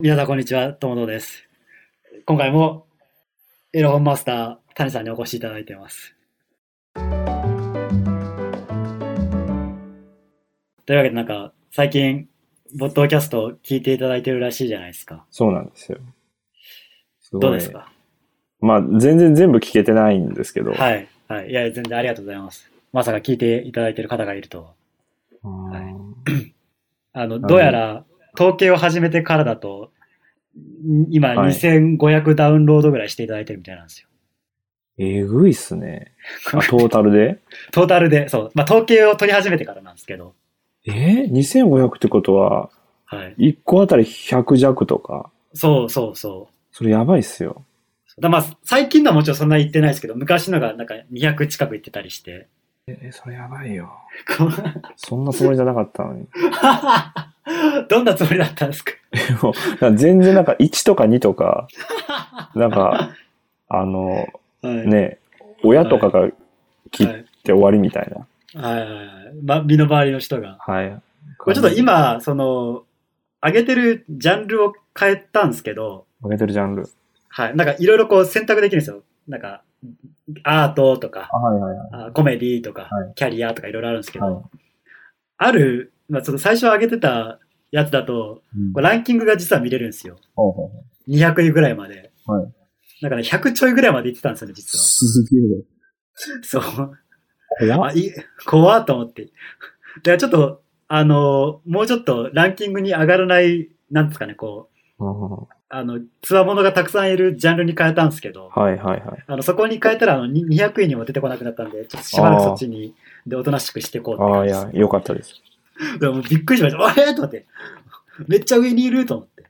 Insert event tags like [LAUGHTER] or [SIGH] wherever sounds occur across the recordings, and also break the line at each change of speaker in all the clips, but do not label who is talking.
皆さん、こんにちは。ともとです。今回も、エロ本マスター、谷さんにお越しいただいています。というわけで、なんか、最近、ボットキャストを聞いていただいてるらしいじゃないですか。
そうなんですよ。
すどうですか
まあ、全然全部聞けてないんですけど。
はい。はい。いや、全然ありがとうございます。まさか聞いていただいてる方がいるとは。はい、あの、どうやら、統計を始めてからだと、今2500ダウンロードぐらいしていただいてるみたいなんですよ。
はい、えぐいっすね。トータルで
トータルで、そう。まあ、統計を取り始めてからなんですけど。
えー、?2500 ってことは、はい。1個あたり100弱とか。。
そうそうそう
それやばいっすよ。
だまあ、最近のはもちろんそんな言ってないですけど、昔のがなんか200近く言ってたりして。 [LAUGHS]
え、それやばいよ。そんなつもりじゃなかったのに。
どんなつもりだったんですか
全然なんか1とか2と [LAUGHS] か、なんか、あの、はい、ね、親とかが切って終わりみたい
な。はい、はい、はいはい。ま、身の回りの人が。
はい。
これちょっと今、その、上げてるジャンルを変えたんですけど。
上げてるジャンル。
はい。なんかいろいろこう選択できるんですよ。なんか、アートとか、
はいはいはい、
コメディとか、はい、キャリアとかいろいろあるんですけど、はい、ある、まあ、ちょっと最初上げてたやつだと、うん、ランキングが実は見れるんですよ。
はいはい
はい、200位ぐらいまで。
はい、
だから、ね、100ちょいぐらいまで行ってたんですよね、実は。
すげえ。
そう。
怖
い怖っと思って。だからちょっと、あのもうちょっとランキングに上がらない、なんですかね、こう、うんあの、つわものがたくさんいるジャンルに変えたんですけど、
はいはいはい。
あの、そこに変えたら、あの、200位にも出てこなくなったんで、ちょっとしばらくそっちに、で、おとなしくしていこう
ああ、いや、よかったです。
でもびっくりしました。あれと思って。めっちゃ上にいると思って。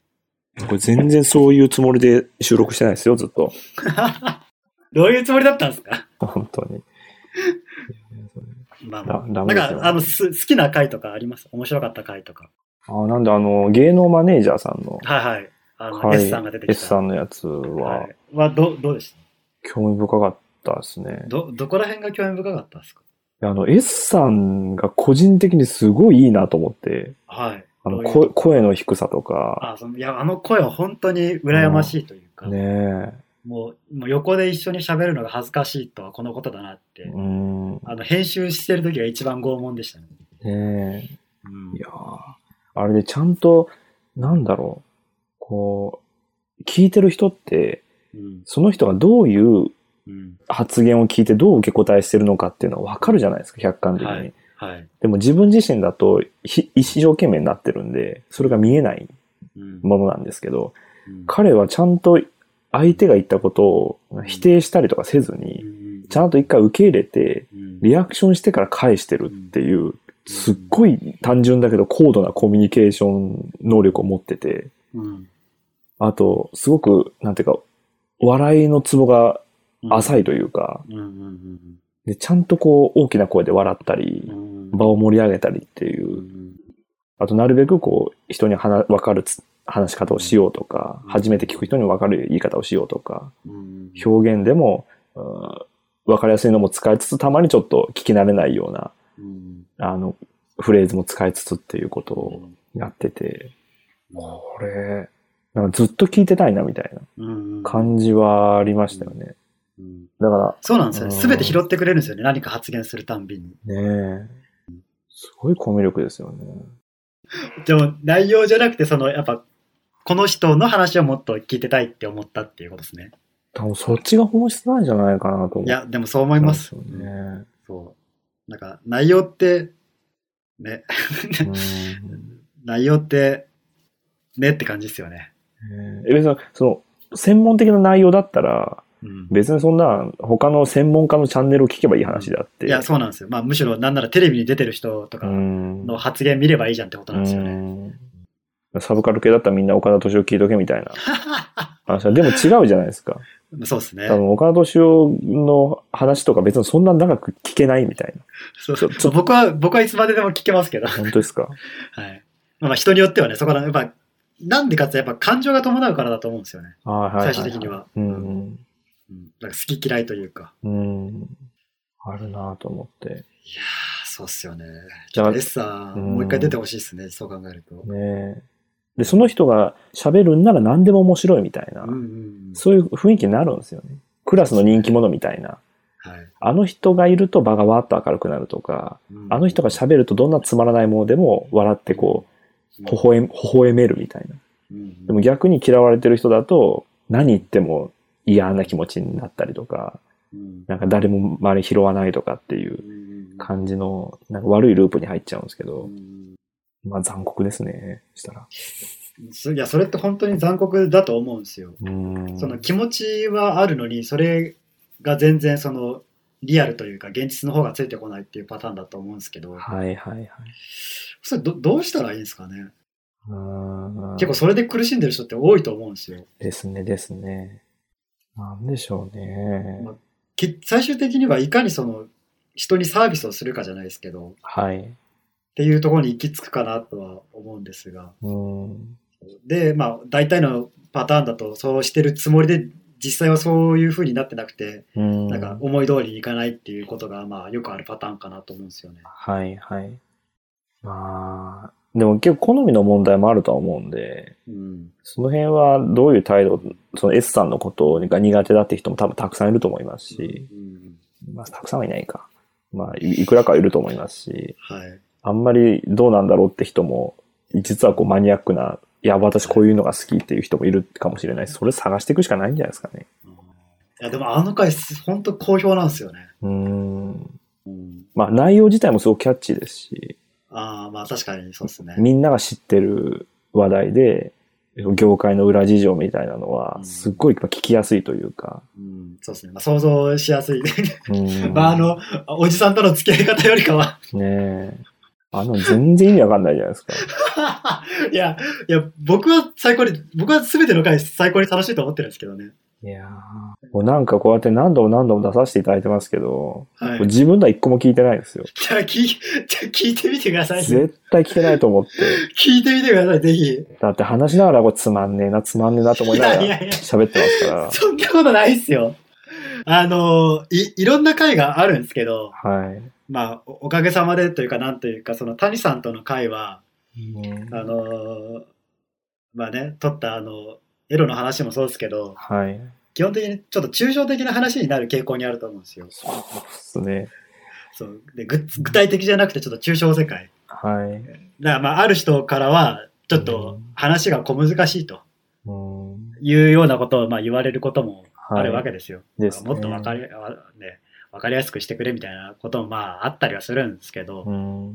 これ全然そういうつもりで収録してないですよ、ずっと。
どういうつもりだったんですか
本当に。
まあ、まあ、なんか、あのす、好きな回とかあります面白かった回とか。
あなんで、あの、芸能マネージャーさんの。
はいはい。あの、はい、S さんが出てきた。
S さんのやつは。はい、
はど、どうでした
興味深かったですね。
ど、どこら辺が興味深かったですか
あの、S さんが個人的にすごいいいなと思って。
はい。
あの、こ声の低さとか。
あ、その、いや、あの声は本当に羨ましいというか。うん、
ね
もう、もう横で一緒に喋るのが恥ずかしいとはこのことだなって。
うん。
あの、編集してる時が一番拷問でしたね。
ね
え。うん、
いやあれでちゃんと、なんだろう。こう、聞いてる人って、うん、その人がどういう発言を聞いてどう受け答えしてるのかっていうのはわかるじゃないですか、客観的に。
はいはい、
でも自分自身だと一生懸命になってるんで、それが見えないものなんですけど、うん、彼はちゃんと相手が言ったことを否定したりとかせずに、うん、ちゃんと一回受け入れて、リアクションしてから返してるっていう、すっごい単純だけど高度なコミュニケーション能力を持ってて、あと、すごく、なんていうか、笑いのツボが浅いというか、で、ちゃんとこう、大きな声で笑ったり、場を盛り上げたりっていう、あと、なるべくこう、人に話、わかる話し方をしようとか、初めて聞く人にわかる言い方をしようとか、表現でも、わかりやすいのも使いつつ、たまにちょっと聞き慣れないような、あの、フレーズも使いつつっていうことをやってて、これ、なんかずっと聞いてたいなみたいな感じはありましたよね。
うんうん、
だから。
そうなんですよ。すべて拾ってくれるんですよね。何か発言するたんびに。
ねえ。すごいコミュ力ですよね。
でも内容じゃなくて、その、やっぱ、この人の話をもっと聞いてたいって思ったっていうことですね。
多分そっちが本質なんじゃないかなと
いや、でもそう思います。
よね。
そう。なんか内容って、ね。内容って、ねって感じですよね。、
え別にその専門的な内容だったら、別にそんな他の専門家のチャンネルを聞けばいい話であって、うん
いやそうなんですよ、まあ、むしろなんならテレビに出てる人とかの発言見ればいいじゃんってことなんですよね、
サブカル系だったらみんな岡田敏夫聞いとけみたいな話はでも違うじゃないですか
[LAUGHS] そうですね
多分岡田敏夫の話とか別にそんな長く聞けないみたいな
そうそうそう僕は僕はいつまででも聞けますけど [LAUGHS]
本当ですか
はいまあ人によってはねそこらやっぱなんでかってやっぱ感情が伴うからだと思うんですよね。最終的には。
うん。
なんか好き嫌いというか。
うん。あるなと思って。いや
そうっすよね。じゃあ、エッサー、もう一回出てほしいっすね、そう考えると。
ねで、その人が喋るんなら何でも面白いみたいな、
うんうんうん
そういう雰囲気になるんですよね。クラスの人気者みたいな。
はい
あの人がいると場がわーっと明るくなるとか、
うん
あの人が喋るとどんなつまらないものでも笑ってこう、微笑む微笑めるみたいな。
うん
でも逆に嫌われてる人だと、何言っても嫌な気持ちになったりとか、
うん
なんか誰も周り拾わないとかっていう
うん
感じの、なんか悪いループに入っちゃうんですけ
う
ど、
ん
まあ残酷ですね、したら。
そいやそれって本当に残酷だと思うんですよ。
うん
その気持ちはあるのにそれが全然そのリアルというか現実の方がついてこないっていうパターンだと思うんですけど
はいはいはい。
それどどうしたらいいんですかね
うん
結構それで苦しんでる人って多いと思うんですよ。
ですね、ですね。なんでしょうね
ま。あき最終的にはいかにその人にサービスをするかじゃないですけどっ
はい。
ていうところに行き着くかなとは思うんですが
うん。
でまあ大体のパターンだとそうしてるつもりで実際はそういう風になってなくて
うん。
なんか思い通りにいかないっていうことがまあよくあるパターンかなと思うんですよね。
はいはい。まあ、でも結構好みの問題もあるとは思うんで、
うん、
その辺はどういう態度、その S さんのことが苦手だって人も多分たくさんいると思いますし、
うん
まあたくさんはいないか。まあいいくらかはいると思いますし、
はい、
あんまりどうなんだろうって人も、実はこうマニアックな、いや、私こういうのが好きっていう人もいるかもしれないしそれ探していくしかないんじゃないですかね。
うんいやでもあの回す本当好評なんですよね。
うーん。
うん、
まあ内容自体もすごくキャッチーですし、
ああまあ確かにそうですね。
みんなが知ってる話題で、業界の裏事情みたいなのは
う、ん
すっごい聞きやすいというか。
うん、そうですね。まあ、想像しやすい。 [LAUGHS]
うん
まああのおじさんとの付き合い方よりかは [LAUGHS]
ねえ。あの、全然意味わかんないじゃないですか。
いやいや僕は最高に僕は全ての回最高に楽しいと思ってるんですけどね。
いやーもうなんかこうやって何度も何度も出させていただいてますけど、
はい。じ
自分では一個も聞いてないですよ。
ゃあ聞いじゃあ聞いてみてください。聞
絶対聞けないと思って。
いてみてくださいぜひ。
だって話しながらこうつまんねえな、つまんねえなと思い
い
なが
やい
ら
やいや。
喋ってますか
そんなことないっすよ。あの、い、いろんな会があるんですけど、
ら。はい。
まあ、おおかげさまでというか、なんというか、その谷さんとの会は、あの、まあね、撮ったあの、エロの話もそうですけど、
はい。
基本的にちょっと抽象的な話になる傾向にあると思うんですよ。
そうですね。
そう。で、ぐ具体的じゃなくてちょっと抽象世界。
はい。
だからまあ、ある人からは、ちょっと話が小難しいと
うん
いうようなことをまあ言われることも
はい
あるわけですよ。
ですね
もっとわかり、わね、わかりやすくしてくれみたいなこともまああったりはするんですけど、
うん。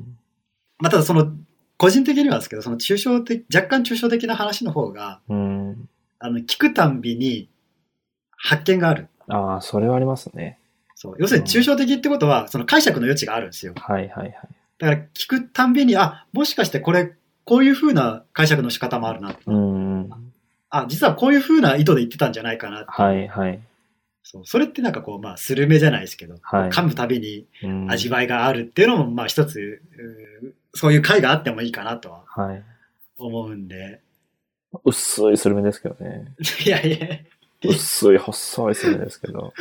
まあただその、個人的にはですけど、その抽象的、若干抽象的な話の方が、
うん。
あの、聞くたんびに発見がある。
ああ、それはありますね。
そう。要するに抽象的ってことは、その解釈の余地があるんですよ。
はいはいはい。
だから聞くたんびに、あ、もしかしてこれ、こういう風な解釈の仕方もあるな。
うん。
あ、実はこういう風な意図で言ってたんじゃないかな。
はいはい。
そう。それってなんかこう、まあ、スルメじゃないですけど、
はい
噛むたびに
うん
味わいがあるっていうのも、まあ一つ、うーそういう回があってもいいかなとは
はい。
思うんで。 [LAUGHS]
薄いスルメですけどね。
いやいや、い
薄い、細いスルメですけど。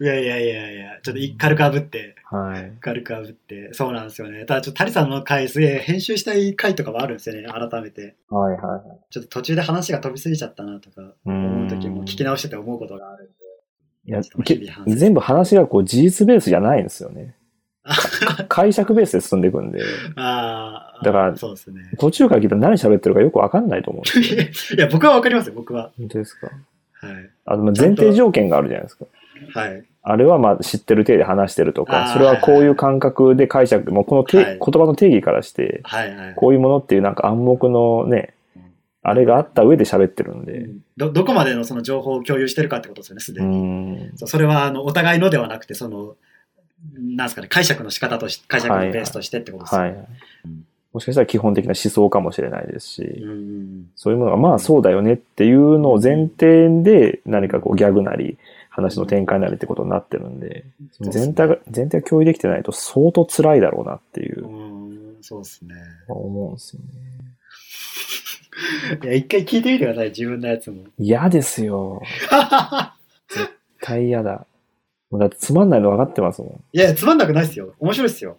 やいやいやいや、ちょっとい軽く炙って、
はい。
軽く炙って、そうなんですよね。ただちょっと谷さんの回、すげえ編集したい回とかもあるんですよね、改めて。
はいはい。
ちょっと途中で話が飛びすぎちゃったなとか、思う時も聞き直してて思うことがあるんで。
いや
ちょっと日々反省
全部話がこう事実ベースじゃないんですよね
あ。
解釈ベースで進んでいくんで、
ああ、
だから
そうですね。 [LAUGHS]
途中から聞いたら何喋ってるかよくわかんないと思うんですよ。
いや、僕はわかりますよ、僕は。
本当ですか
はい。
あのまあ前提条件があるじゃないですか。
はい。
あれはまあ知ってる体で話してると
あー
か、それはこういう感覚で解釈、もうこのて、
はい
言葉の定義からして、
はい、はい。
こういうものっていうなんか暗黙のね
うん、
あれがあった上で喋ってるんで、
どどこまでのその情報を共有してるかってことですよね、すで
う
に。
ん、
そうそれはあのお互いのではなくて、その、なんですかね、解釈の仕方とし解釈のベースとしてってことですよ
は
ね。
い。もしかしたら基本的な思想かもしれないですし、
うん
そういうものがまあそうだよねっていうのを前提で何かこうギャグなり話の展開なりってことになってるんで、
そうっすね
全体が、全体が共有できてないと相当辛いだろうなっていう
ん、
う、
そうですね。
思うんですよね。
いや、一回聞いてみてください、自分のやつも。 [LAUGHS]
嫌ですよ。
い
絶対嫌だ。もうだってつまんないの分かってますも
や、つまんなくないですよ。面白いですよ。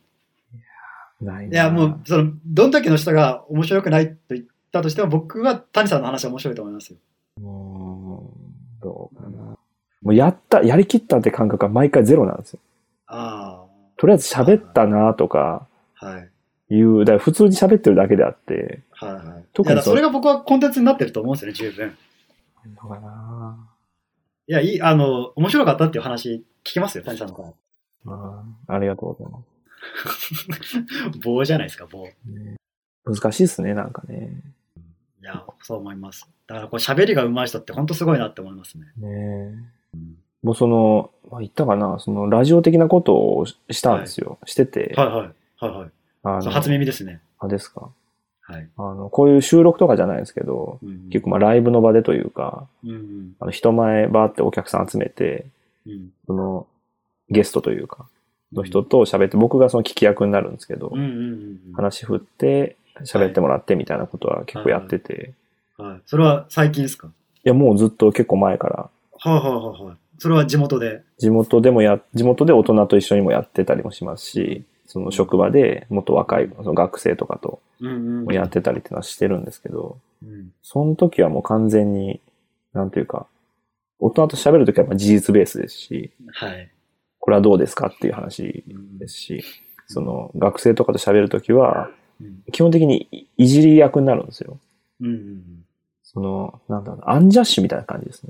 ん。ない
い
な
や、もう、その、どんだけの人が面白くないと言ったとしても、僕は谷さんの話は面白いと思いますよ。
うーん、どうかな。もうやった、やりきったって感覚が毎回ゼロなんですよ。
あ
とりあえず喋ったなとか
あ、はい。
いう、だから普通に喋ってるだけであって、
はいはい。
特
いやだ
にそう
からそれが僕はコンテンツになってると思うんですよね、十分。
どうかない
や、いい、あの、面白かったっていう話聞きますよ、谷さんの方。
あーありがとうございま
棒じゃないですか、棒。い
す。難しいですね、なんかね。
や、そう思います。だから、こう、喋りが上手い人って本当すごいなって思いますね。
ねえもうその、まあ、言ったかな、そのラジオ的なことをししたんですよ。してて。
はいはい。はいはい。
あ
そう
の
初耳ですね。
あ、ですか。
はい。
あの、こういう収録とかじゃないですけど、
うん
結構まあライブの場でというか、
うんうん
あの人前バーってお客さん集めて、
うん。
そのゲストというか、の人と喋って、僕がその聞き役になるんですけど、
うんうんうんうん。
話振って、喋ってもらってみたいなことは結構やってて、
はい。それは最近ですか
いや、もうずっと結構前から、
はいはいはいはい。それは地元で。
地元でもや、地元で大人と一緒にもやってたりもしますし、その職場でもっと若い、その学生とかと
うんうん。
もやってたりっていうのはしてるんですけど、
うん。
その時はもう完全に、なんていうか、大人と喋る時はやっぱ事実ベースですし、
はい。
これはどうですかっていう話
うん
ですし、その学生とかと喋るときは、
うん
基本的にいいじり役になるんですよ。
うんうん
その、なんだろうな、アンジャッシュみたいな感じですね。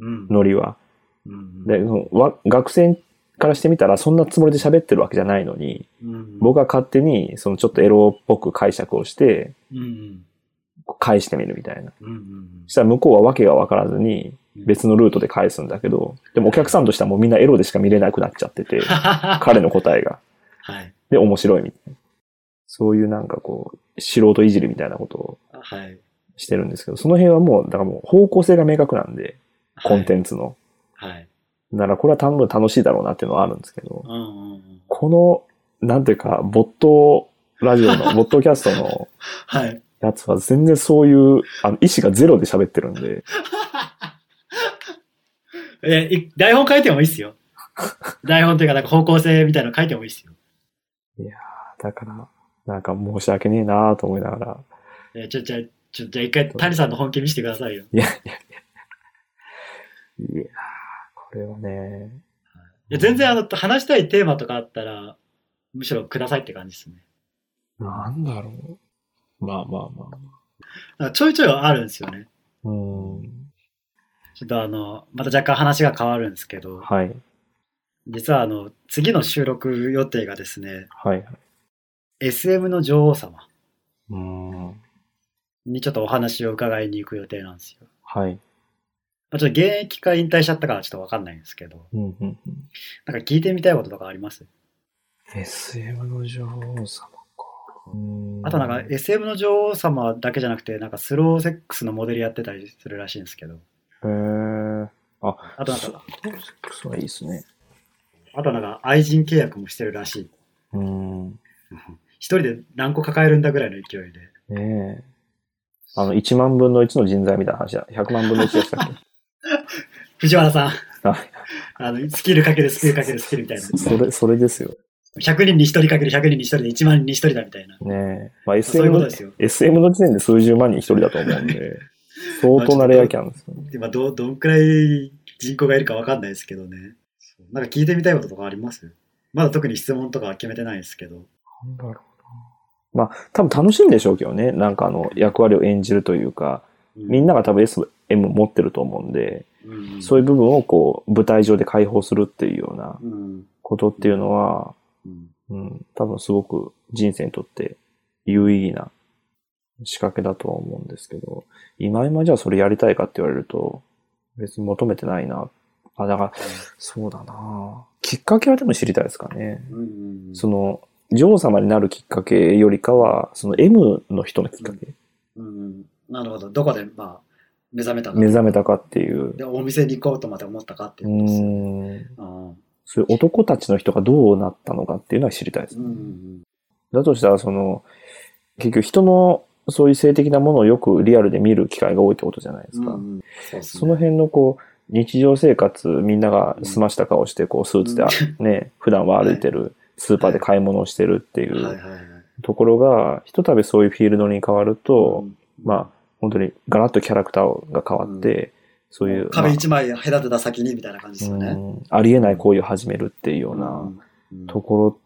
うん。
ノリは。
うん。
で、そのわ学生からしてみたら、そんなつもりで喋ってるわけじゃないのに、
うん、
僕は勝手に、そのちょっとエロっぽく解釈をして、
うんうん
こう返してみるみたいな。
うんうん
そしたら向こうは訳が分からずに、
うん。、
別のルートで返すんだけど、でもお客さんとしてはもうみんなエロでしか見れなくなっちゃってて
[LAUGHS] は
彼の答えが。
い。
で、面白いみたいな。そういうなんかこう、素人いじりみたいなことを
はい。
してるんですけど、その辺はもう、だからもう方向性が明確なんで、コンテ
ンツ。
ンツの。
はい。
ならこれは多分楽しいだろうなっていうのはあるんですけど、
うんうんうん。
この、なんていうか、ボットラジオの、ボットキャストの
はい。
やつは全然そういう、あの、意思がゼロで喋ってるんで、
え、い台本書いてもいいっすよ。台本というか、なんか方向性みたいなの書いてもいいっすよ。
だから、なんか申し訳ねえなぁと思いながら、
え、ちょ、ちょ、ちょ、じゃあ一回、谷さんの本気見せてくださいよ。
いやいやいや、いやーこれはね、
いや、全然、あの、話したいテーマとかあったら、むしろくださいって感じですね。
なんだろう。まあまあまあ。
なんかちょいちょいあるんですよね。
うん。
ちょっとあの、また若干話が変わるんですけど、
はい。
実はあの、次の収録予定がですね、
はい。
SM の女王様
うん。は
にちょっとお話を伺いに行く予定なんですよ。まあ、
い。
ちょっと現役か引退しちゃったからちょっとわかんないんですけど、
うんうん。
なんか聞いてみたいこととかあります
SM の女王様か。うん
あとなんか SM の女王様だけじゃなくて、なんかスローセックスのモデルやってたりするらしいんですけど、
へーあ、
あとなんか、
それいいですね。
あとなんか愛人契約もしてるらしい。
うん。
一人で何個抱えるんだぐらいの勢いで。
ねえ。あの、1万分の1の人材みたいな話だ。100万分の1
[LAUGHS]
でしたっけ
藤原さん、
はい
あの、スキルかけるスキルかけるスキルみたいな。
それ、それですよ。
100人に1人かける100人に1人で1万人に1人だみたいな。
ねえ。まあ、
そういう
SM
こと
の
ですよ。
SM の時点で数十万人一人だと思うん [LAUGHS] で、相当なレアキャンですよね。
今ど、どんくらい人口がいるかわかんないですけどね。そうなんか聞いてみたいこととかありますまだ特に質問とかは決めてないですけど。
なんだろうな。まあ、多分楽しいんでしょうけどね。なんかあの、役割を演じるというか、みん
な、
なが多分 SM を持ってると思うんで、
うん
そういう部分をこう、舞台上で解放するっていうような
うん
ことっていうのは、
うん
うん、多分すごく人生にとって有意義な仕掛けだとは思うんですけど、今今じゃあそれやりたいかって言われると、別に求めてないな。あ、だから、そうだなきっかけはでも知りたいですかね。
うんうん
その、女王様になるきっかけよりかは、その M の人のきっかけ、
うんうんなるほど。どこで、まあ、目覚めたか
目覚めたかっていう。
で、お店に行こうとまで思ったかっていううことですよね。
ーん。
ああ
そういう男たちの人がどうなったのかっていうのは知りたいです
う。んうん
だとしたら、その、結局人のそういう性的なものをよくリアルで見る機会が多いってことじゃないで
う
す
ん
か。
うんそうですね
その辺のこう、日常生活みんなが済ました顔して、こう、スーツであね、普段は歩いてる、スーパーで買い物をしてるってい
はいうはいはい。
ところが、ひとたびそういうフィールドに変わると、
うん
まあ、本当にガラッとキャラクターが変わって、そういう、
壁
まあ
一枚隔てた先にみたいな感じですよ
う
ね。
んありえない行為を始めるっていうようなとこ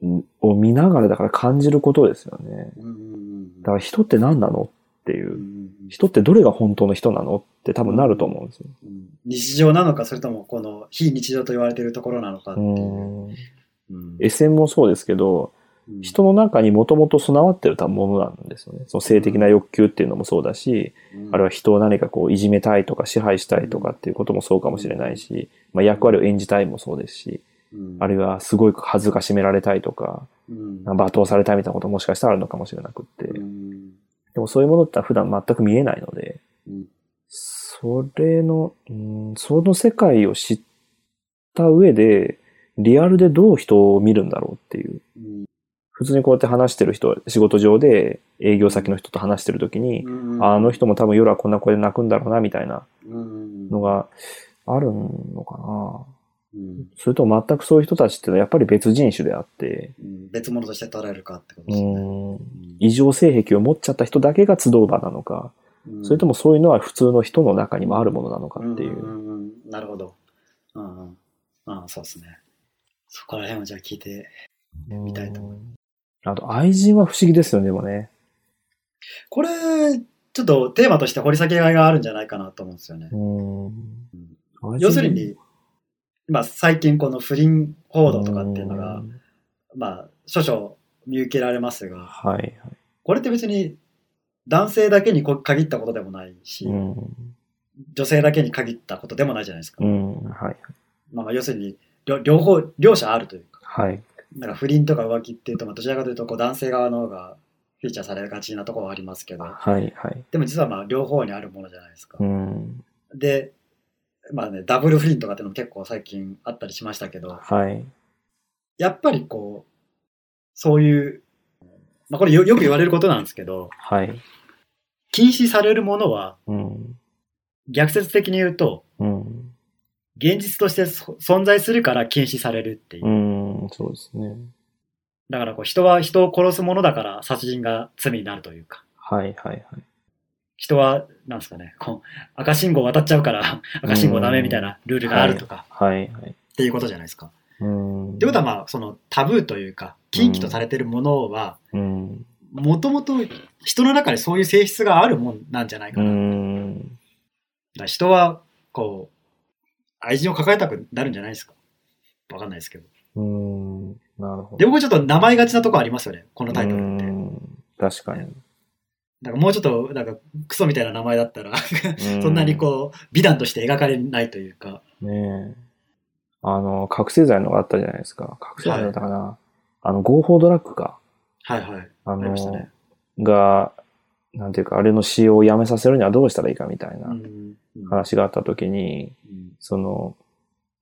ろを見ながらだから感じることですよね。
うんうん
だから人って何なのっていうう、
ん
人ってどれが本当の人なのって多分なると思うんですよ。
うん日常なのか、それともこの非日常と言われているところなのかっていうう。
ん
うん、
SN もそうですけど、人の中にもともと備わってるたものなんですよね。その性的な欲求っていうのもそうだし、あるいは人を何かこういじめたいとか支配したいとかっていうこともそうかもしれないし、まあ、役割を演じたいもそうですし、
うん、
あるいはすごい恥ずかしめられたいとか、
うん
罵倒されたいみたいなこともしかしたらあるのかもしれなくって。
うん
でもそういうものって普段全く見えないので
うん、
それの、うん、その世界を知った上で、リアルでどう人を見るんだろうっていう。
うん
普通にこうやって話してる人、仕事上で営業先の人と話してるときに、
うん
あの人も多分夜はこんな声で泣くんだろうな、みたいな
うん
のがあるのかな。
うん
それとも全くそういう人たちってのはやっぱり別人種であって、
うん別物として捉えるかってこと
う
ですね。
ん、異常性癖を持っちゃった人だけが集う場なのか、
うん
それともそういうのは普通の人の中にもあるものなのかっていう。
んんんなるほど。うんうん。ああ、そうですね。そこら辺をじゃあ聞いて。見たいと思
あと、愛人は不思議ですよね、でもね。
これ、ちょっとテーマとして掘り下げがいがあるんじゃないかなと思うんですよね。
愛人
要する、に、まあ最近この不倫報道とかっていうのが
う、ん
まあ少々見受けられますが、
はいはい。
これって別に男性だけにこ限ったことでもないし、
うん。
女性だけに限ったことでもないじゃないですか。
うん。はい。
まあ要するに、両両方、両者あるというか。
はい。
なんか不倫とか浮気っていうと、まあ、どちらかというとこう男性側の方がフィーチャーされがちなところはありますけど、
はい。はい。
でも実はまあ両方にあるものじゃないですか
う。ん。
で、まあね、ダブル不倫とかっていうのも結構最近あったりしましたけど、
はい。
やっぱりこう、そういう、まあこれよよく言われることなんですけど、
はい。
禁止されるものは
うん。
逆説的に言うと、
うん。
現実としてそ存在するから禁止されるっていう。
うん。そうですね。
だからこう人は人を殺すものだから殺人が罪になるというか。
はい。はい。はい。
人は、なんですかね、こう赤信号渡っちゃうから赤信号ダメみたいなルールがあるとか、
はい。はい。
っていうことじゃないですか。
うん。
ってことはまあそのタブーというか、禁忌とされてるものは、
うん。
もともと人の中にそういう性質があるもんなんじゃないか
う
な。
ん。
だから人はこう愛人を抱えたくなるんじゃないですかわかんないですけど
うん。なるほど。
でもこれちょっと名前がちなとこありますよねこのタイトルって
うん確かに。
なんかもうちょっとなんかクソみたいな名前だったらそんなにこう美談として描かれないというか
う。ねえ。あの、覚醒剤のがあったじゃないですか。覚醒剤だったかな。あの、合法ドラッグか。
はいはい
あ
ありました
の、
ね
が、なんていうか、あれの使用をやめさせるにはどうしたらいいかみたいな
うん
話があったときに、
うん
その、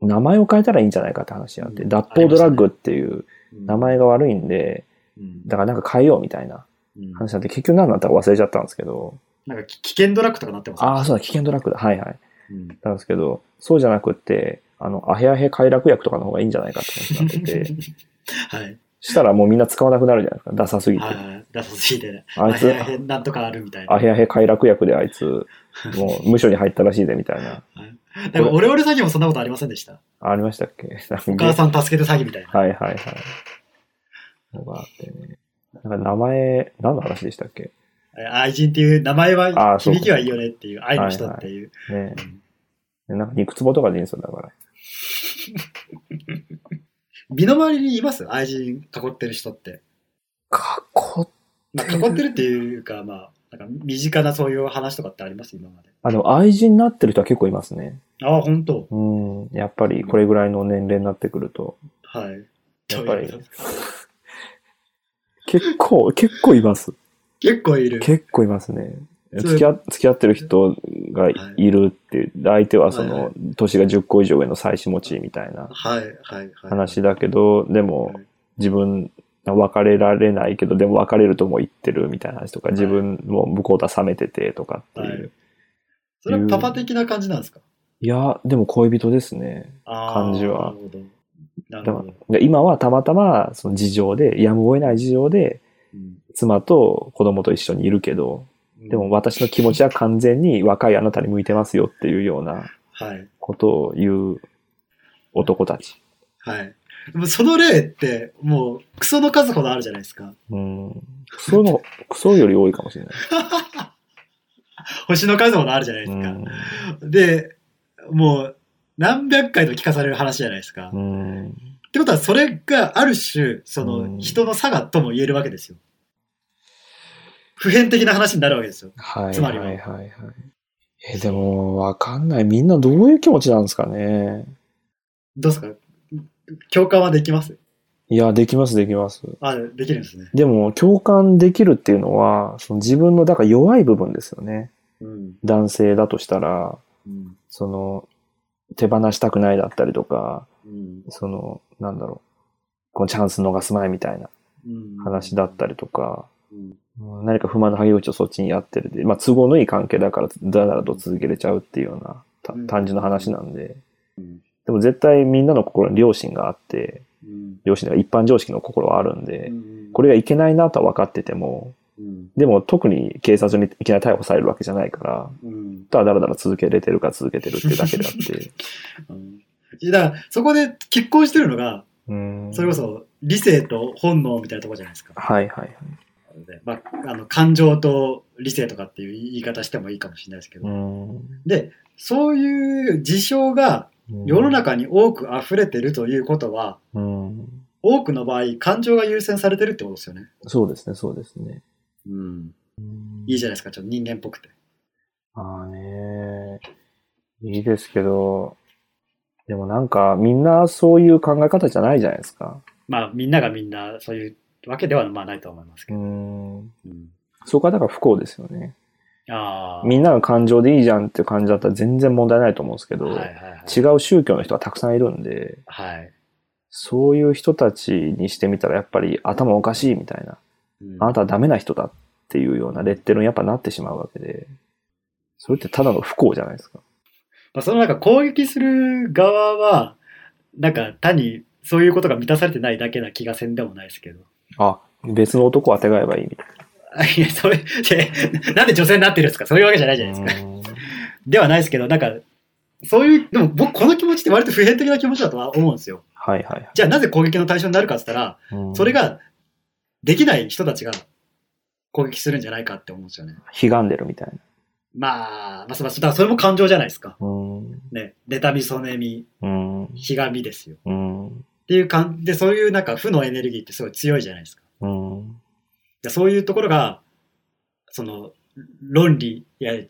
名前を変えたらいいんじゃないかって話があって、
うん
脱法ドラッグっていう
うん
名前が悪いんで、
うん
だからなんか変えようみたいな
うん
話になって、結局何だったか忘れちゃったんですけど、
なんかき危険ドラッグとかなってます
ああ、そうだ、危険ドラッグだ。はいはい。
うん
なんですけど、そうじゃなくって、あの、アヘアヘ快楽薬とかの方がいいんじゃないかって話にな [LAUGHS] ってて、
はい
したらもうみんな使わなくなるじゃないですか、ダサすぎて。
はいはい出さすぎて
あいつ、
変なんとかあるみたいな
アヘアヘ快楽薬であいつ、もう無所に入ったらしいぜみた
[LAUGHS]
いな。
なんかオレオレ詐欺もそんなことありませんでした
ありましたっけなんか
お母さん助けて詐欺みたいな
はいはいはい。のがあってね。なんか名前、何の話でしたっけ
愛人っていう名前は
あそうか
響きはいいよねっていう愛の人っていう、
ねえ。なんか肉つぼとかでいいんですよ、だから。
身の回りにいます愛人囲ってる人って、
かっこ
まあ、囲ってるっていうかまあなんか身近なそういう話とかってあります今まで
あ、でも愛人になってる人は結構いますね。
ああ本当
うん。やっぱりこれぐらいの年齢になってくると。
はい
やっぱり
そういうこと
結構、結構います。
結構いる
結構いますね。
それ
付き合付き合ってる人がいるって、で相手はそ
はいは
の、年が10個以上上の妻子持ちみたいな
はいはいはい
話だけど、でも
はい
自分、別れられないけど、でも別れるとも言ってるみたいな話とか、
はい
自分も向こうとは冷めててとかっていう。
はいそれはパパ的な感じなんですか
いや、でも恋人ですね。
ああ
感じは
なるほどな
で
るほ
も
ど、
で今はたまたま、その事情で、やむを得ない事情で、
うん
妻と子供と一緒にいるけど、
うん
でも私の気持ちは完全に若いあなたに向いてますよっていうようなことを言う男たち。
はい。はい、でもその例って、もう、クソの数ほどあるじゃないですか。
うん。クソの、クソより多いかもしれない。
星の数ほどあるじゃない [LAUGHS] ですか。うん、で、もう、何百回と聞かされる話じゃないですか。
うん、
ってことは、それがある種、その、人の差がとも言えるわけですよ。普遍的な話になるわけですよ。。
はい
つまりは。
はいはいはい。え、でも、わかんない。みんなどういう気持ちなんですかね。
どうですか共感はできます
いや、できます、できます。
あ、できるんですね。
でも、共感できるっていうのは、その自分の、だから弱い部分ですよね。
うん、
男性だとしたら、
うん、
その、手放したくないだったりとか、
うん、
その、なんだろう、このチャンス逃すまいみたいな話だったりとか、何か不満の陰口をそっちにやってるで、まあ、都合のいい関係だからだらだらと続けれちゃうっていうような単純な話なんで、
うん、
でも絶対みんなの心に良心があって、
うん、
良心が一般常識の心はあるんで、
うん、
これがいけないなとは分かってても、でも特に警察にいきなり逮捕されるわけじゃないから、ただだらだら続けれてるか続けてるってだけであって。
[LAUGHS] だからそこで結婚してるのが、それこ
そ
そ理性と本能みたいなところじゃないですか。
はいはいはい。
まあ、あの感情と理性とかっていう言い方してもいいかもしれないですけど、
うん、
でそういう事象が世の中に多く溢れてるということは、
うん、
多くの場合感情が優先されてるってことですよね
そうですねそうですね、
うん、いいじゃないですかちょっと人間っぽくて
ああねいいですけどでもなんかみんなそういう考え方じゃないじゃないですか、
まあみんながみんなそういうわけではまあないと思いますけど。うん
うん、
そ
こはだから不幸ですよね。
あ
みんなの感情でいいじゃんっていう感じだったら全然問題ないと思うんですけど、
はいはいはい、
違う宗教の人はたくさんいるんで、
はい、
そういう人たちにしてみたらやっぱり頭おかしいみたいな、
うん、
あなたはダメな人だっていうようなレッテルにやっぱなってしまうわけで、それってただの不幸じゃないですか。
まあ、そのなんか攻撃する側は、なんか単にそういうことが満たされてないだけな気がせんでもないですけど。
あ、別の男をあてがえばいいみたい
な。いや、それ、なんで女性になってるんですかそういうわけじゃないじゃないですか。ではないですけど、なんか、そういう、でも僕、この気持ちって割と普遍的な気持ちだとは思うんですよ。
はいはい。
じゃあなぜ攻撃の対象になるかって言ったら、それができない人たちが攻撃するんじゃないかって思うんですよね。
悲願でるみたいな。
まあ、まあ、だからそれも感情じゃないですか。
うん、
ね、妬み、そねみ、
うん、
ひがみですよ。
うん
っていう感じで、そういうなんか負のエネルギーってすごい強いじゃないですか。
うん、
そういうところが、その、論理、いや、違う、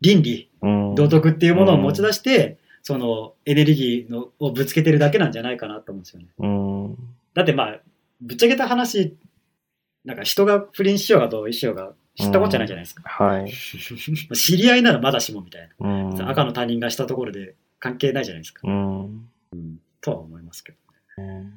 倫理、
うん、
道徳っていうものを持ち出して、うん、そのエネルギーのをぶつけてるだけなんじゃないかなと思うんですよね。
うん、
だってまあ、ぶっちゃけた話、なんか人が不倫しようがどうしようが、知ったことじゃないじゃないですか。
はい、
知り合いならまだしもみたい
な。
赤の他人がしたところで関係ないじゃないですか。
うん、
とは思いますけど。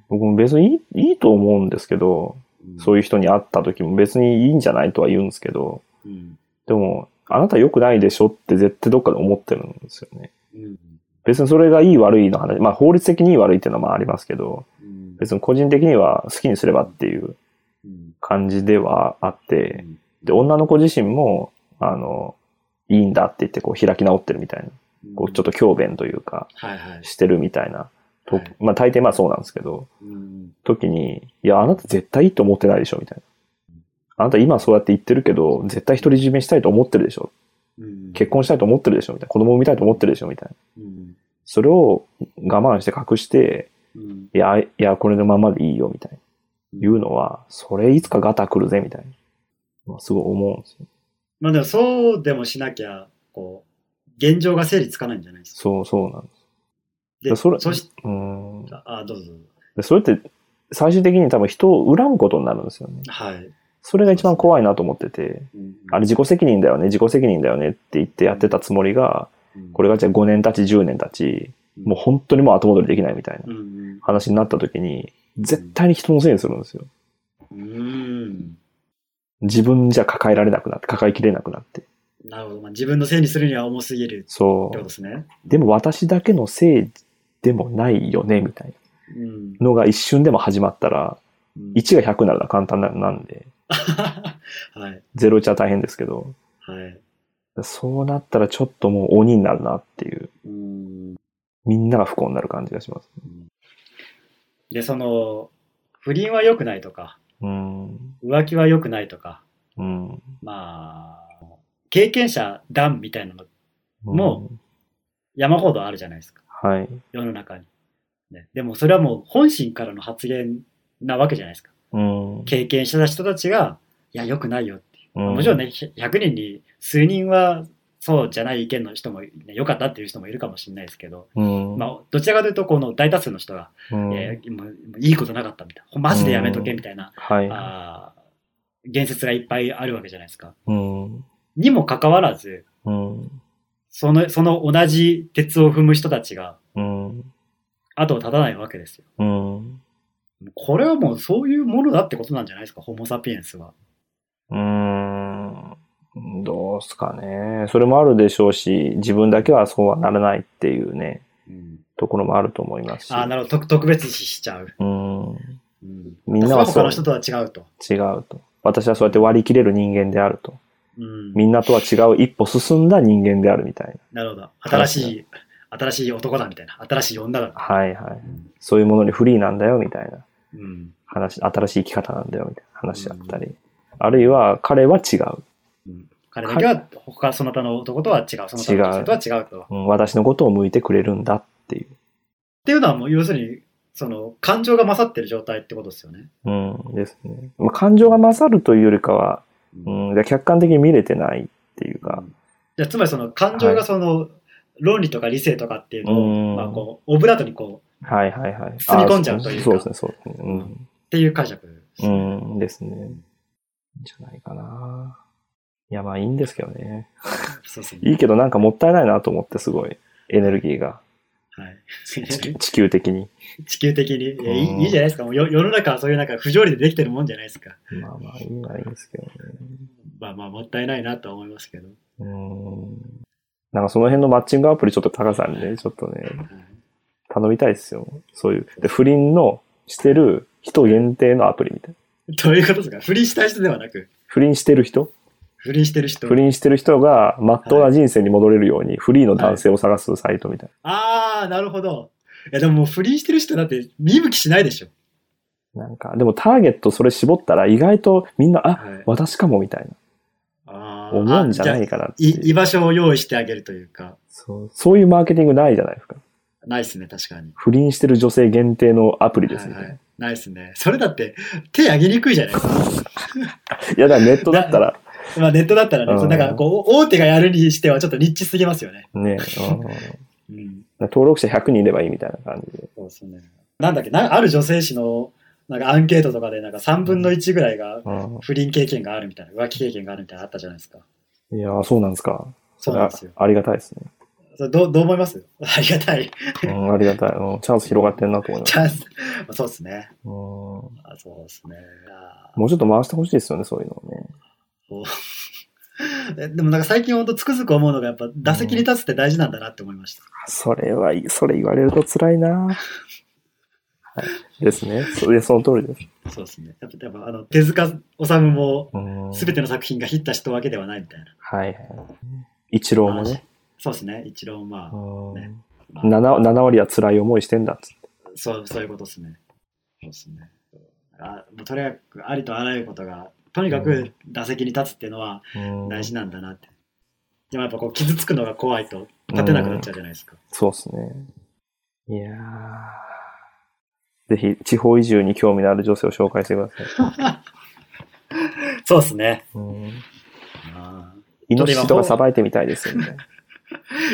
僕も別にいいいいと思うんですけど、うん、そういう人に会った時も別にいいんじゃないとは言うんですけ
ど、うん、
でも、あなた良くないでしょって絶対どっかで思ってるんですよね。
うん、
別にそれがいい悪いの話、まあ法律的にいい悪いっていうのもありますけど、別に個人的には好きにすればっていう感じではあって、で、女の子自身も、あの、いいんだって言ってこう開き直ってるみたいな、こうちょっと強弁というか、
はいはい、
してるみたいな。と、はい、まあ大抵まあそうなんですけど、
うん、
時に、いや、あなた絶対いいと思ってないでしょ、みたいな。あなた今そうやって言ってるけど、絶対独り占めしたいと思ってるでしょ。
うん、
結婚したいと思ってるでしょ、みたいな。子供産みたいと思ってるでしょ、みたい
な。うん、
それを我慢して隠して、
うん、
いや、いや、これのままでいいよ、みたいな。言うのは、それいつかガタ来るぜ、みたいな。まあ、すごい思うんですよ。
まあでもそうでもしなきゃ、こう、現状が整理つかないんじゃないですか。
そうそうなんです。
で、
それ、
そし
うん
あ、どうぞ。
で、それって、最終的に多分人を恨むことになるんですよね。
はい。
それが一番怖いなと思ってて、
うん、
あれ自己責任だよね、自己責任だよねって言ってやってたつもりが、
うん、
これがじゃあ5年たち10年たち、うん、もう本当にもう後戻りできないみたいな話になった時に、絶対に人のせいにするんですよ。
うん。
自分じゃ抱えられなくなって、抱えきれなくなって。
なるほど。まあ、自分のせいにするには重すぎる
そう
ってことですね。
でも私だけのせいでもないよね、みたいなのが一瞬でも始まったら、うん、1が100なら簡単なんで、
[LAUGHS] はい、
01は大変ですけど、
はい。
そうなったらちょっともう鬼になるなっていう、
うん。
みんなが不幸になる感じがします。
で、その、不倫は良くないとか、
うん。
浮気は良くないとか、
うん。
まあ、経験者談みたいなのも
うん、
山ほどあるじゃないですか。
はい。
世の中に。ね、でもそれはもう本心からの発言なわけじゃないですか。
うん。
経験した人たちが、いや、良くないよっていう。
うん
もちろんね、ひ100人に数人はそうじゃない意見の人も、ね、良かったっていう人もいるかもしれないですけど、
うん。
まあ、どちらかというと、この大多数の人が、
うん
えーもうもういいことなかったみたいな、マジでやめとけみたいな、
はい。
あー言説がいっぱいあるわけじゃないですか。
うん。
にもかかわらず、
うん。
その、その同じ鉄を踏む人たちが
うん。
後を絶たないわけですよ。
うん。
これはもうそういうものだってことなんじゃないですか、ホモ・サピエンスは。
うーん、どうすかね。それもあるでしょうし、自分だけはそうはならないっていうね、ところもあると思いますし。
ああ、なるほど、特特別視しちゃう。
うん、
み
みん
ん
な
な
は
は
そ
他
う
の人とは違うと。
違うと。私はそうやって割り切れる人間であると。
うん
みんなとは違う一歩進んだ人間であるみたい
な
な。
るほど。新しい、新しい男だみたいな。新しい女だみたい
はいはい
ん。
そういうものにフリーなんだよみたいな
な。うん。
話、新しい生き方なんだよみたいな話だったり。あるいは彼は違う。
彼だけは他、その他の男とは違う。その他の女性とは違うと。っ
うん私のことを向いてくれるんだっていう。
ていうのはもう、要するに、その、感情が勝ってる状態ってことですよね。
うんですね。まあ、感情が勝るというよりかは、うん、で客観的に見れてないっていうか、
じゃあつまりその感情
はい
がその、論理とか理性とかっていうの
うん
を、まあこう、オブラートにこう、
はいはいはい。
包み込んじゃうというか
あーそうそうですね、そうですね。
っていう解釈です
う
ね、
ん、うん、ですね。じゃないかな。いや、まあいいんですけどね。
そうですね。
いいけどなんかもったいないなと思って、すごい。エネルギーが、 [LAUGHS]
はい。
地球的に。
地球的に。いや
うん
いいいいじゃないですか。もうよ世の中はそういうなんか不条理でできてるもんじゃないですか。
まあまあいいのはいいんですけどね。
まあまあ、もったいないなとは思いますけど。
うん。なんかその辺のマッチングアプリちょっと高さんにね、ちょっとね、頼みたいですよ。そういう。で、不倫のしてる人限定のアプリみたいな。
どういうことですか不倫したい人ではなく、
不倫してる人
不倫してる人。
不倫してる人がまっとうな人生に戻れるようにフリーの男性を探すサイトみたい
ああ、なるほど。いや、でももう不倫してる人だって見向きしないでしょ。
な。なんか、でもターゲットそれ絞ったら意外とみんな、あ、
はい
私かもみたい
あ
な、
ー
思うんじゃな
あ
いかなって
じ
いう
ゃあい居場所を用意してあげるというか、
そう。そういうマーケティングないじゃないですか。
ないっすね、確かに。
不倫してる女性限定のアプリですみた
は
いな。
い
い
はいないっすね。それだって手挙げにくいじゃないですか。
や、だからネットだったら、
まあネットだったら
うん
ね、そのなんかこう、大手がやるにしてはちょっとニッチすぎますよね。
ね、うん [LAUGHS]
うん。
登録者100人いればいいみたいな感じで。
そうですね。なんだっけ、なある女性誌のなんかアンケートとかで、なんか3分の1ぐらいが
う
不倫経験があるみたいな、浮気経験があるみたいなのあったじゃないですか。
ん、いやー、そうなんですか。
そうなんですよ。
あありがたいですね。
それどうどう思いますありがたい。
うん、ありがたい、うん。チャンス広がってんなと思いま
チ
す。
ャンス。そうですね。
うん、も
あそうですね。あ
うちょっと回してほしいですよね、そういうのをね。
えでもなんか最近本当つくづく思うのが、やっぱ打席に立つって大事なんだなって思いました。
それは、それ言われると辛いな、はい、ですね。それその通りです。
そうですね。やっぱやっぱあの手塚治虫も
す
全ての作品がヒットしたわけではないみたいな。
はいはい。一郎もね。
そうですね。一郎まあ、ねまあ
7, 7割は辛い思いしてんだっつって。
そう、そういうことですね。そうですね。あもうとにかくありとあらゆることが、とにか
う
く打席に立つっていうのは
うん
大事なんだなって。でもやっぱこう傷つくのが怖いと立てなくなっちゃうじゃないですか。
そうですね。いやーぜひ、地方移住に興味のある女性を紹介してください。
そうですね。
うん、
あー
イノシシとかさばいてみたいですよ、みたいな。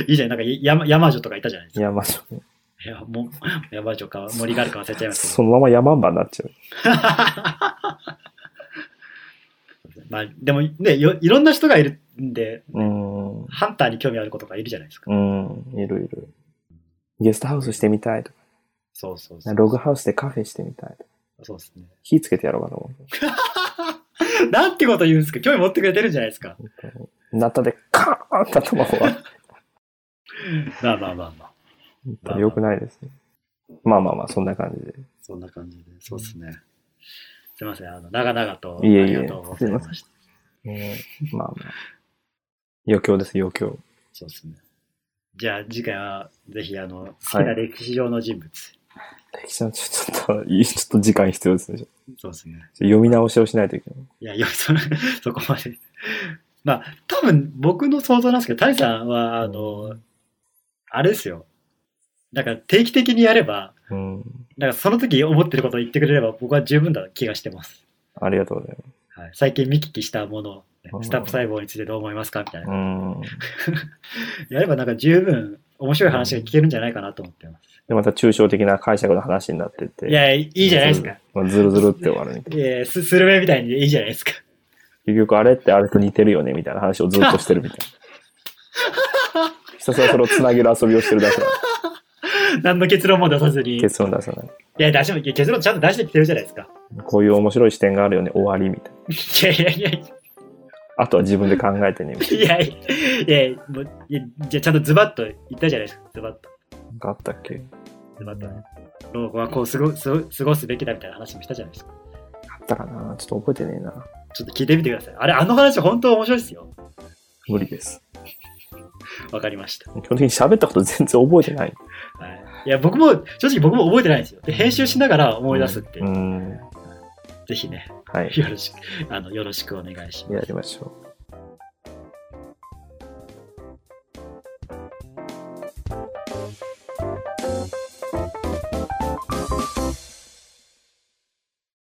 いいじゃん。なんかい山山女とかいたじゃないです
い
か。
や、まあ、そう
いや、もう、山女か森があるか忘れちゃいました
そのまま山んばになっちゃう。
けど。まあ、でもねよ、いろんな人がいるんで、
うん。
ハンターに興味ある子とかいるじゃないですか。
うん、いるいる。ゲストハウスしてみたいと
そうそうそ
か、
う。
ログハウスでカフェしてみたいとか、
そうですね。
火つけてやろうかと思って
なんてこと言うんですか興味持ってくれてるじゃないですか。
本当に。ナタでカーンって頭を割っ
まあまあまあまあ。
たらよくないですね。まあまあまあ、そんな感じで。
そんな感じで。そうですね。すいません。あの、長々とあ
いえいえ
りがとうございました。
ねまあまあ。余興です、余興。
そうですね。じゃあ次回はぜひあの、好きな歴史上の人物。
歴史のちょちょっと、いいちょっと時間必要ですね。ちょ
そうですね。
読み直しをしないといけない。
いや、よそ、 [LAUGHS] そこまで。まあ、多分僕の想像なんですけど、タイさんは、あの、あれですよ。だから定期的にやれば、
うん。
だからその時思ってることを言ってくれれば僕は十分だ気がしてます。
ありがとうございます。
はい、最近見聞きしたものをね、
うん
スタップ細胞についてどう思いますかみたいな。
うん。
やればなんか十分面白い話が聞けるんじゃないかなと思ってます。
で、また抽象的な解釈の話になってて。
いや、いいじゃないですか。
まあ。ずるずるって終わるみたいな。
いやすスルメみたいにいいじゃないですか。
結局あれってあれと似てるよねみたいな話をずっとしてるみたいな。ひたすらそれをつなげる遊びをしてるだけなの
何の結論も出さずに。い
結論出さない。
や、出しもいや結論ちゃんと出してきてるじゃないですか。
こういう面白い視点があるよね、終わりみたいな。
いやいやいやい
あとは自分で考えてねみたい
やいやいや、もういやじゃあちゃんとズバッと言ったじゃないですか。ズバッと。
な。なんかあったっけ
ズバッとね。老後はこう過ごす過ごすべきだみたいな話もしたじゃないですか。
あったかなちょっと覚えてねえな。
ちょっと聞いてみてください。あれ、あの話本当面白いですよ。
無理です。
わかりました。
基本的に喋ったこと全然覚えてない。
はい、いや、僕も、正直僕も覚えてないんですよ。で、編集しながら思い出すっていう
う。ん。
ぜひね、
はい。
よろしく、あの、よろしくお願いします。
やりましょう。